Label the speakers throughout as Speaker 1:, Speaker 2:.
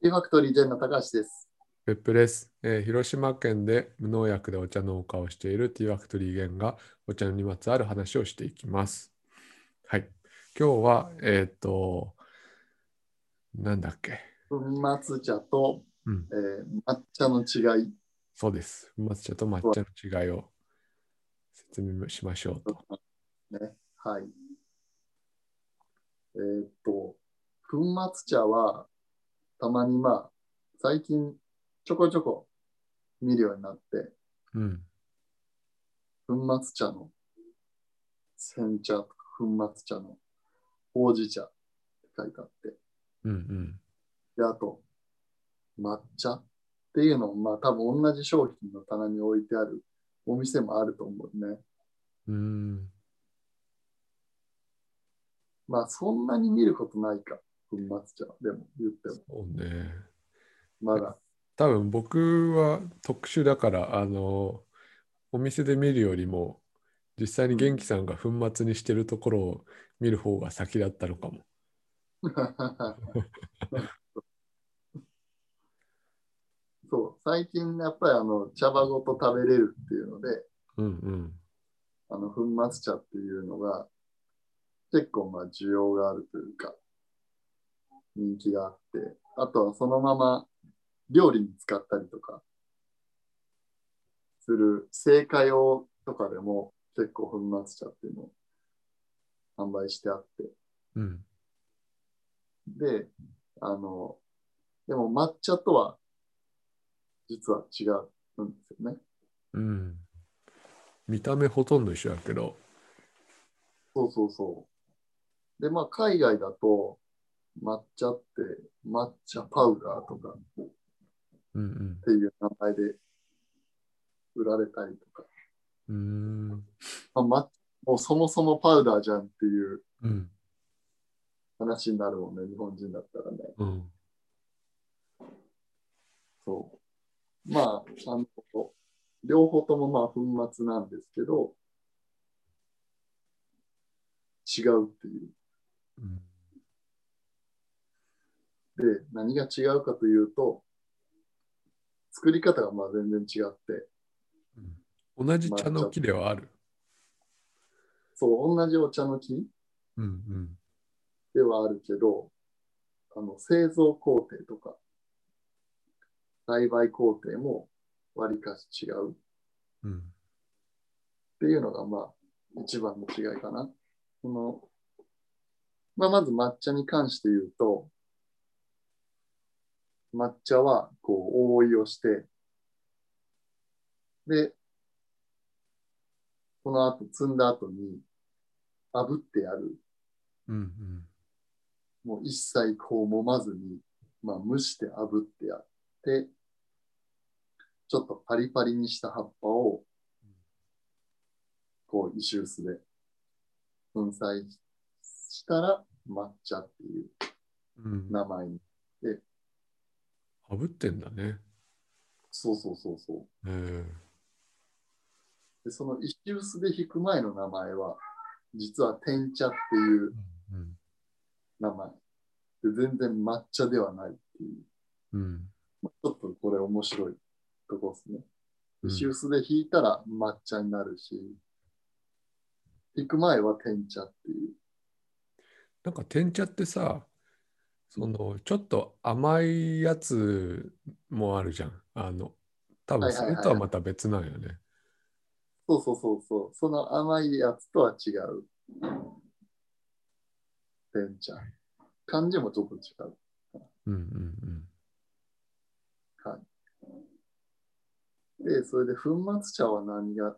Speaker 1: ティーファクトリージェンの高橋です。
Speaker 2: ペップです、えー広島県で無農薬でお茶農家をしているティーファクトリーゲンがお茶にまつわる話をしていきます。はい。今日は、えっ、と、なんだっけ。
Speaker 1: 粉末茶と、
Speaker 2: うん、
Speaker 1: えー抹茶の違い
Speaker 2: そうです。粉末茶と抹茶の違いを説明しましょうと。
Speaker 1: ね。はい。えーっと、粉末茶は、たまにまあ、最近ちょこちょこ見るようになって、
Speaker 2: うん。
Speaker 1: 粉末茶の煎茶とか粉末茶のほうじ茶って書いてあって、
Speaker 2: うんうん。
Speaker 1: で、あと、抹茶っていうのも、まあ多分同じ商品の棚に置いてあるお店もあると思うね。
Speaker 2: うーん。
Speaker 1: まあそんなに見ることないか、粉末茶。でも言っても、
Speaker 2: そうね。
Speaker 1: まだ。
Speaker 2: 多分僕は特殊だからあのお店で見るよりも実際に元気さんが粉末にしてるところを見る方が先だったのかも。
Speaker 1: そう、最近やっぱりあの茶葉ごと食べれるっていうので、
Speaker 2: うんうん。
Speaker 1: あの粉末茶っていうのが結構まあ需要があるというか、人気があって、あとはそのまま料理に使ったりとかする製菓用とかでも結構粉末茶っていうのを販売してあって、
Speaker 2: うん。
Speaker 1: で、あの、でも抹茶とは実は違うんですよね。
Speaker 2: うん。見た目ほとんど一緒だけど。
Speaker 1: そうそうそう。で、まあ海外だと抹茶って抹茶パウダーとかっ
Speaker 2: うん
Speaker 1: ていう名前で売られたりとか、
Speaker 2: うん。うーん。
Speaker 1: まあ、抹もうそもそもパウダーじゃんっていう
Speaker 2: うん。
Speaker 1: 話になるもんね、日本人だったらね。
Speaker 2: うん。
Speaker 1: そう。まあ、あの、両方ともまあ粉末なんですけど、違うっていう。
Speaker 2: うん
Speaker 1: で、何が違うかというと、作り方がまあ全然違って、
Speaker 2: 同じ茶の木ではある。
Speaker 1: そう、同じお茶の木
Speaker 2: うん
Speaker 1: ではあるけど、あの、製造工程とか、栽培工程も割かし違うっ
Speaker 2: うん。うん。
Speaker 1: ていうのがまあ一番の違いかな。その、まあまず抹茶に関して言うと、抹茶はこう覆いをして、で、この後積んだ後に炙ってやる。
Speaker 2: うんうん。
Speaker 1: もう一切こう揉まずに、まあ蒸して炙ってやって、ちょっとパリパリにした葉っぱを、こう石臼で粉砕したら抹茶っていう
Speaker 2: うん。
Speaker 1: 名前に。
Speaker 2: 炙ってんだね。
Speaker 1: そうそうそうそ
Speaker 2: えー、
Speaker 1: う。で、その石臼で引く前の名前は、実は天茶っていう
Speaker 2: うん
Speaker 1: 名前。で全然抹茶ではないっていう。
Speaker 2: うん。
Speaker 1: まあちょっとこれ面白いとこですね。
Speaker 2: うん
Speaker 1: 石臼で引いたら抹茶になるし、引く前は天茶っていう。
Speaker 2: なんか天茶ってさ、そのちょっと甘いやつもあるじゃん。あの、多
Speaker 1: はいはい
Speaker 2: 分そ
Speaker 1: はい
Speaker 2: れとはまた別なんよね。
Speaker 1: そうそうそうそう。その甘いやつとは違う。天茶。漢字もちょっと違う。
Speaker 2: うんうん
Speaker 1: で、それで粉末茶は何が、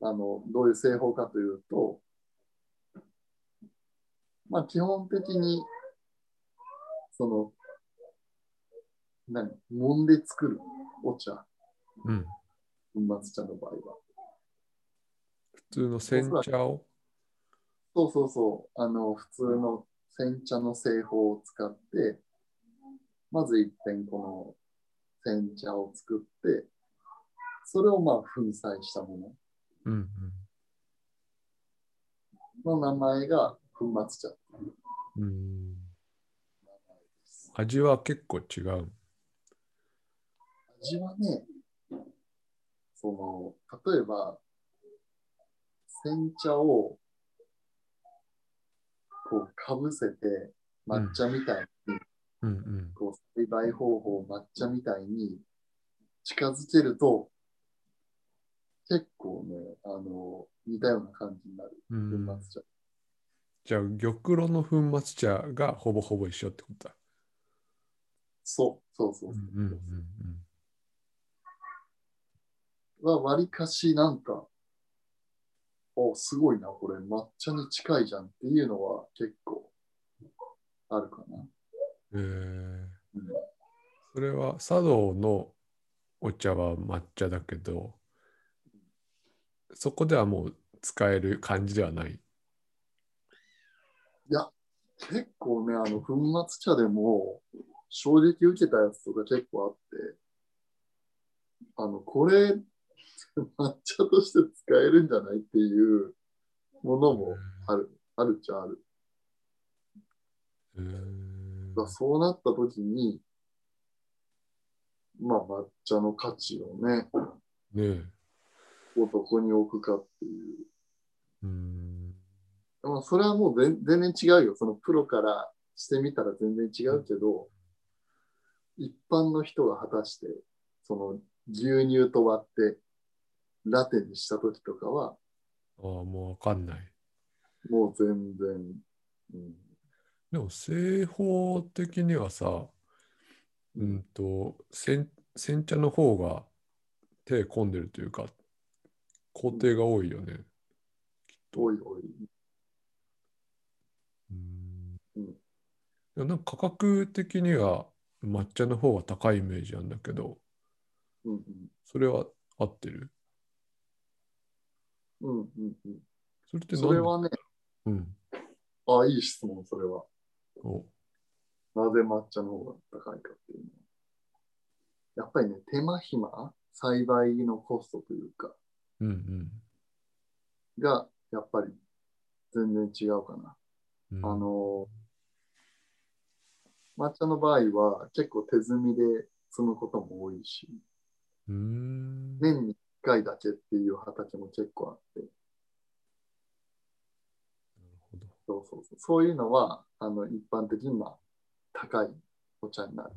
Speaker 1: あの、どういう製法かというと、まあ基本的に、その、何揉んで作るお茶、
Speaker 2: うん。うん。
Speaker 1: 粉末茶の場合は。
Speaker 2: 普通の煎茶を。
Speaker 1: そうそうそう、あの、普通の煎茶の製法を使って、まず一遍この煎茶を作って、それをまあ粉砕したもの。
Speaker 2: うんうん。
Speaker 1: の名前が粉末茶
Speaker 2: うん。味は結構違う。
Speaker 1: 味はね、その、例えば、煎茶を、こう、かぶせて、抹茶みたいに、
Speaker 2: うんうん。
Speaker 1: こう、栽培方法を抹茶みたいに近づけると、結構ね、あの、似たような感じになる。
Speaker 2: うん
Speaker 1: 粉末茶。
Speaker 2: じゃあ、玉露の粉末茶がほぼほぼ一緒ってことだ。
Speaker 1: そう、そうそううんそう
Speaker 2: うんうん
Speaker 1: は、わりかしなんか、お、すごいな、これ、抹茶に近いじゃんっていうのは結構あるかな。
Speaker 2: うん。えー
Speaker 1: うん
Speaker 2: それは茶道のお茶は抹茶だけど、そこではもう使える感じではない。
Speaker 1: 結構ね、あの、粉末茶でも、衝撃受けたやつとか結構あって、あの、これ、抹茶として使えるんじゃないっていうものもある、あるっちゃある。
Speaker 2: えー
Speaker 1: だからそうなった時に、まあ、抹茶の価値をね、
Speaker 2: ねえ。
Speaker 1: どこに置くかっていう。
Speaker 2: うん
Speaker 1: まあ、それはもう全全然違うよ。そのプロからしてみたら全然違うけど、一般の人が果たして、その牛乳と割って、ラテにした時とかは、
Speaker 2: ああ、もうわかんない。
Speaker 1: もう全然、うん、
Speaker 2: でも製法的にはさ、うんと、煎煎茶の方が手込んでるというか、工程が多いよね。
Speaker 1: おいおい。
Speaker 2: うん
Speaker 1: うん
Speaker 2: でもなんか価格的には抹茶の方が高いイメージなんだけど、
Speaker 1: うん
Speaker 2: それは合ってる
Speaker 1: うん、うん、うん、うん。
Speaker 2: それって何
Speaker 1: それはね、
Speaker 2: うん。
Speaker 1: あ、いい質問、それは。
Speaker 2: お
Speaker 1: なぜ抹茶の方が高いかっていうのは。やっぱりね、手間暇、栽培のコストというか、
Speaker 2: うん
Speaker 1: が、やっぱり全然違うかな。
Speaker 2: うん。うん
Speaker 1: あ、の、抹茶の場合は結構手摘みで摘むことも多いし、
Speaker 2: うん。
Speaker 1: 年に1回だけっていう畑も結構あって、
Speaker 2: なるほ
Speaker 1: そ
Speaker 2: ど
Speaker 1: うそうそうそういうのはあの一般的にまあ高いお茶になる。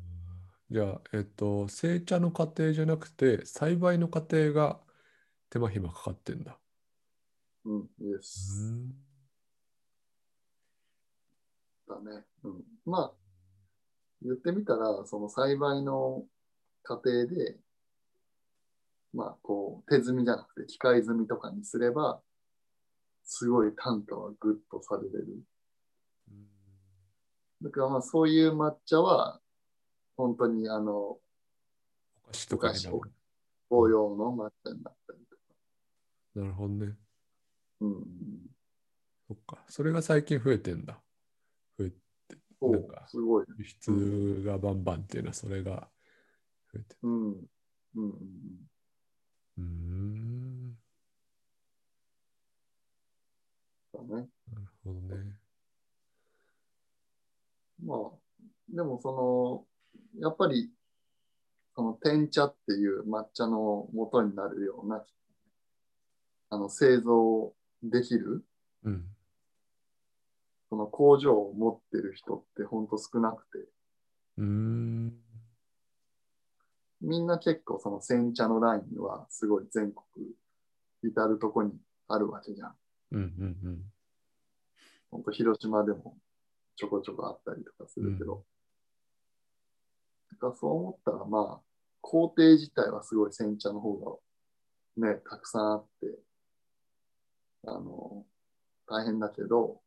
Speaker 2: じゃあ、えっと、製茶の過程じゃなくて、栽培の過程が手間暇かかってんだ。
Speaker 1: うん、です。だね。うん、まあ、言ってみたら、その栽培の過程で、まあ、こう、手摘みじゃなくて機械摘みとかにすれば、すごい単価はぐっとされれる。だからまあそういう抹茶は、本当にあの、
Speaker 2: お菓子とかになる
Speaker 1: お菓応用の抹茶になったりとか。
Speaker 2: なるほどね。
Speaker 1: うんうん。
Speaker 2: そっか。それが最近増えてんだ。増え
Speaker 1: お
Speaker 2: なん
Speaker 1: う
Speaker 2: か
Speaker 1: すごい。
Speaker 2: 輸出がバンバンっていうのは、それが増えてる。
Speaker 1: うん。うんうんうん。
Speaker 2: うーん。
Speaker 1: だね。
Speaker 2: なるほどね。
Speaker 1: まあ、でもその、やっぱり、その天茶っていう抹茶の元になるような、あの、製造できる、
Speaker 2: うん。
Speaker 1: その工場を持ってる人って本当少なくて、
Speaker 2: うーん。
Speaker 1: みんな結構その煎茶のラインはすごい全国至るとこにあるわけじゃん。
Speaker 2: うんうんうん。
Speaker 1: ほんと広島でもちょこちょこあったりとかするけど。だからそう思ったらまあ、工程自体はすごい煎茶の方がね、たくさんあって、あの、大変だけど、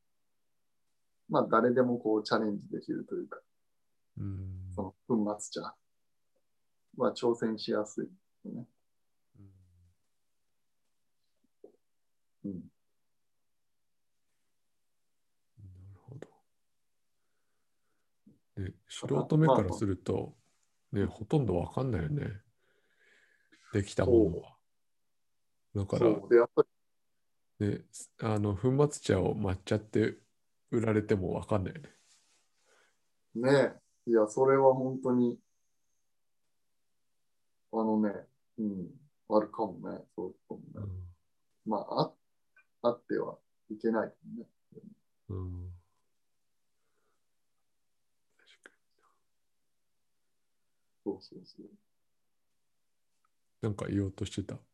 Speaker 1: まあ誰でもこうチャレンジできるというか、
Speaker 2: うん
Speaker 1: その粉末茶は挑戦しやすい。うん。
Speaker 2: なるほど。で、素人目からすると、ね、ほとんどわかんないよね。できたものは。だか
Speaker 1: そう。で、やっぱ
Speaker 2: ら、ね、あの、粉末茶を抹茶って売られてもわかんないよね。
Speaker 1: りね、いや、それは本当に、あのね、うん、あるかもね、そういうこと
Speaker 2: う
Speaker 1: もね。
Speaker 2: ん
Speaker 1: まあ、ああってはいけないもんね。
Speaker 2: うん確かに
Speaker 1: そうそうそう。
Speaker 2: なんか言おうとしてた。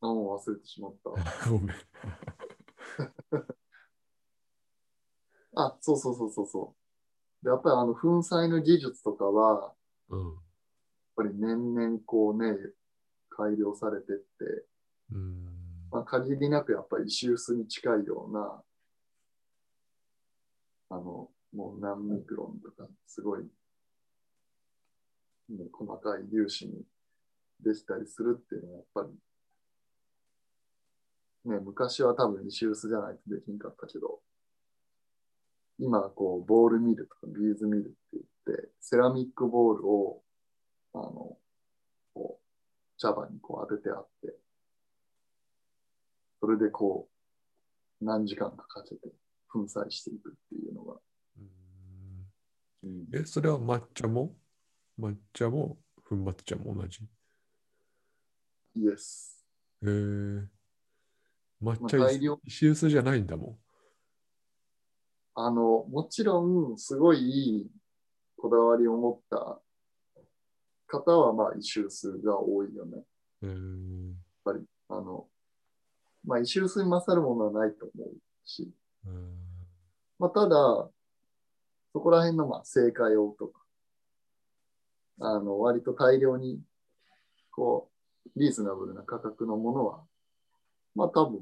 Speaker 1: あ、もう忘れてしまった。
Speaker 2: ごめん。
Speaker 1: あ、そうそうそうそうそう。で、やっぱりあの、粉砕の技術とかは、
Speaker 2: うん。
Speaker 1: やっぱり年々こうね、改良されてって、
Speaker 2: うん。
Speaker 1: まあ、限りなくやっぱり石臼に近いような、あの、もう何ミクロンとか、すごい、ね細かい粒子にできたりするっていうのはやっぱり、ね、昔は多分石臼じゃないとできんかったけど、今はこう、ボールミルとかビーズミルって言って、セラミックボールを、あの、こう、茶葉にこう当ててあって、それでこう、何時間かかけて粉砕していくっていうのが。
Speaker 2: うんえ、それは抹茶も抹茶も粉末茶も同じ。
Speaker 1: イエス。
Speaker 2: へえ。抹
Speaker 1: まあ
Speaker 2: 茶
Speaker 1: 大量
Speaker 2: 石臼じゃないんだも
Speaker 1: あの、もちろん、すごいいいこだわりを持った方は、まあ、石臼が多いよね。
Speaker 2: ん。うん。
Speaker 1: あの、まあ、石臼に勝るものはないと思うし、
Speaker 2: うん
Speaker 1: まあ、ただ、そこら辺の、まあ、正解をとか、あの、割と大量に、こう、リーズナブルな価格のものは、まあ、多分、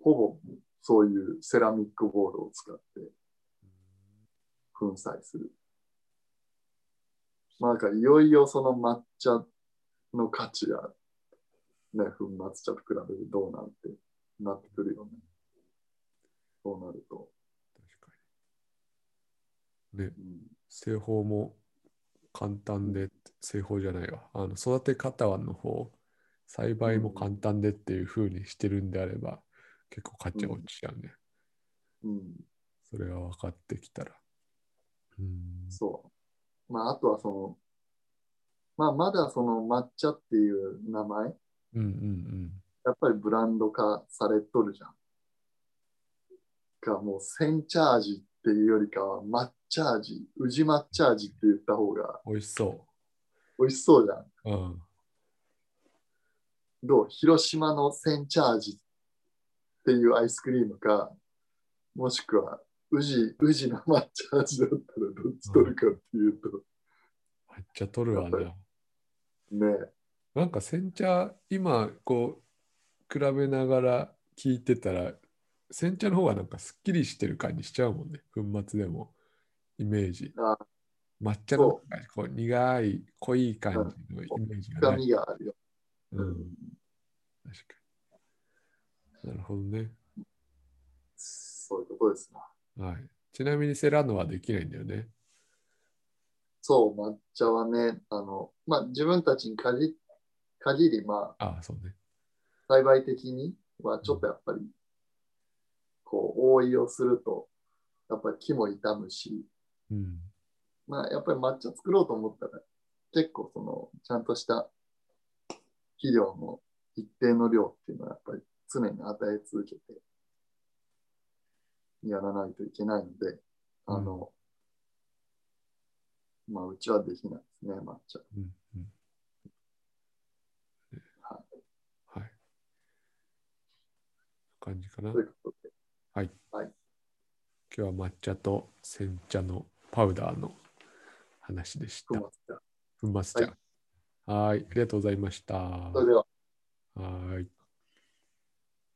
Speaker 1: ほぼ、そういうセラミックボールを使って、粉砕する。まあ、なんか、いよいよその抹茶の価値が、ね、粉末茶と比べてどうなんてなってくるよね。そうなると。
Speaker 2: 確かに。ね、
Speaker 1: うん
Speaker 2: 製法も簡単で、製法じゃないわ。あの育て方の方、栽培も簡単でっていう風にしてるんであれば、結構価値は落ちちゃうね。
Speaker 1: うん
Speaker 2: それが分かってきたら。うん。
Speaker 1: そう。まあ、あとはその、まあ、まだその抹茶っていう名前、
Speaker 2: うんうん
Speaker 1: やっぱりブランド化されとるじゃん。が、もう、煎茶味っていうよりかは、抹茶味、宇治抹茶味って言った方が
Speaker 2: うん。美味しそ
Speaker 1: 美味しそうじゃん。
Speaker 2: う。うん。
Speaker 1: どう広島の煎茶味っていうアイスクリームか、もしくは、宇治、宇治の抹茶味だったらどっち取るかっていうと、
Speaker 2: めっちゃ取るわ
Speaker 1: やっぱ
Speaker 2: な。
Speaker 1: ねえ、
Speaker 2: なんか煎茶、今こう、比べながら聞いてたら、煎茶の方がなんかすっきりしてる感じしちゃうもんね。粉末でも、イメージ。
Speaker 1: あ
Speaker 2: 抹茶のなんかこう苦い濃い感じのイメージが
Speaker 1: 深
Speaker 2: ない。
Speaker 1: みがあるよ。
Speaker 2: うん、確かに。なるほどね。
Speaker 1: そういうことですね。
Speaker 2: はい。ちなみにセラノはできないんだよね。
Speaker 1: そう、抹茶はね、あの、まあ、自分たちに限り、限り、まあ、
Speaker 2: ああ、そうね。
Speaker 1: 栽培的には、ちょっとやっぱり、こう、応いをすると、やっぱり木も傷むし、
Speaker 2: うん。
Speaker 1: まあ、やっぱり抹茶作ろうと思ったら、結構、その、ちゃんとした肥料の一定の量っていうのは、やっぱり常に与え続けて、やらないといけないので、あの、まあ、うちはできないですね、抹茶。
Speaker 2: うんうん
Speaker 1: は
Speaker 2: はい。感じかな。
Speaker 1: とい
Speaker 2: 今
Speaker 1: うことで、
Speaker 2: 日は抹茶と煎茶のパウダーの話でし
Speaker 1: く
Speaker 2: た。
Speaker 1: まさん
Speaker 2: 粉末茶。はーい。ありがとうございました。
Speaker 1: それでは。
Speaker 2: はーい。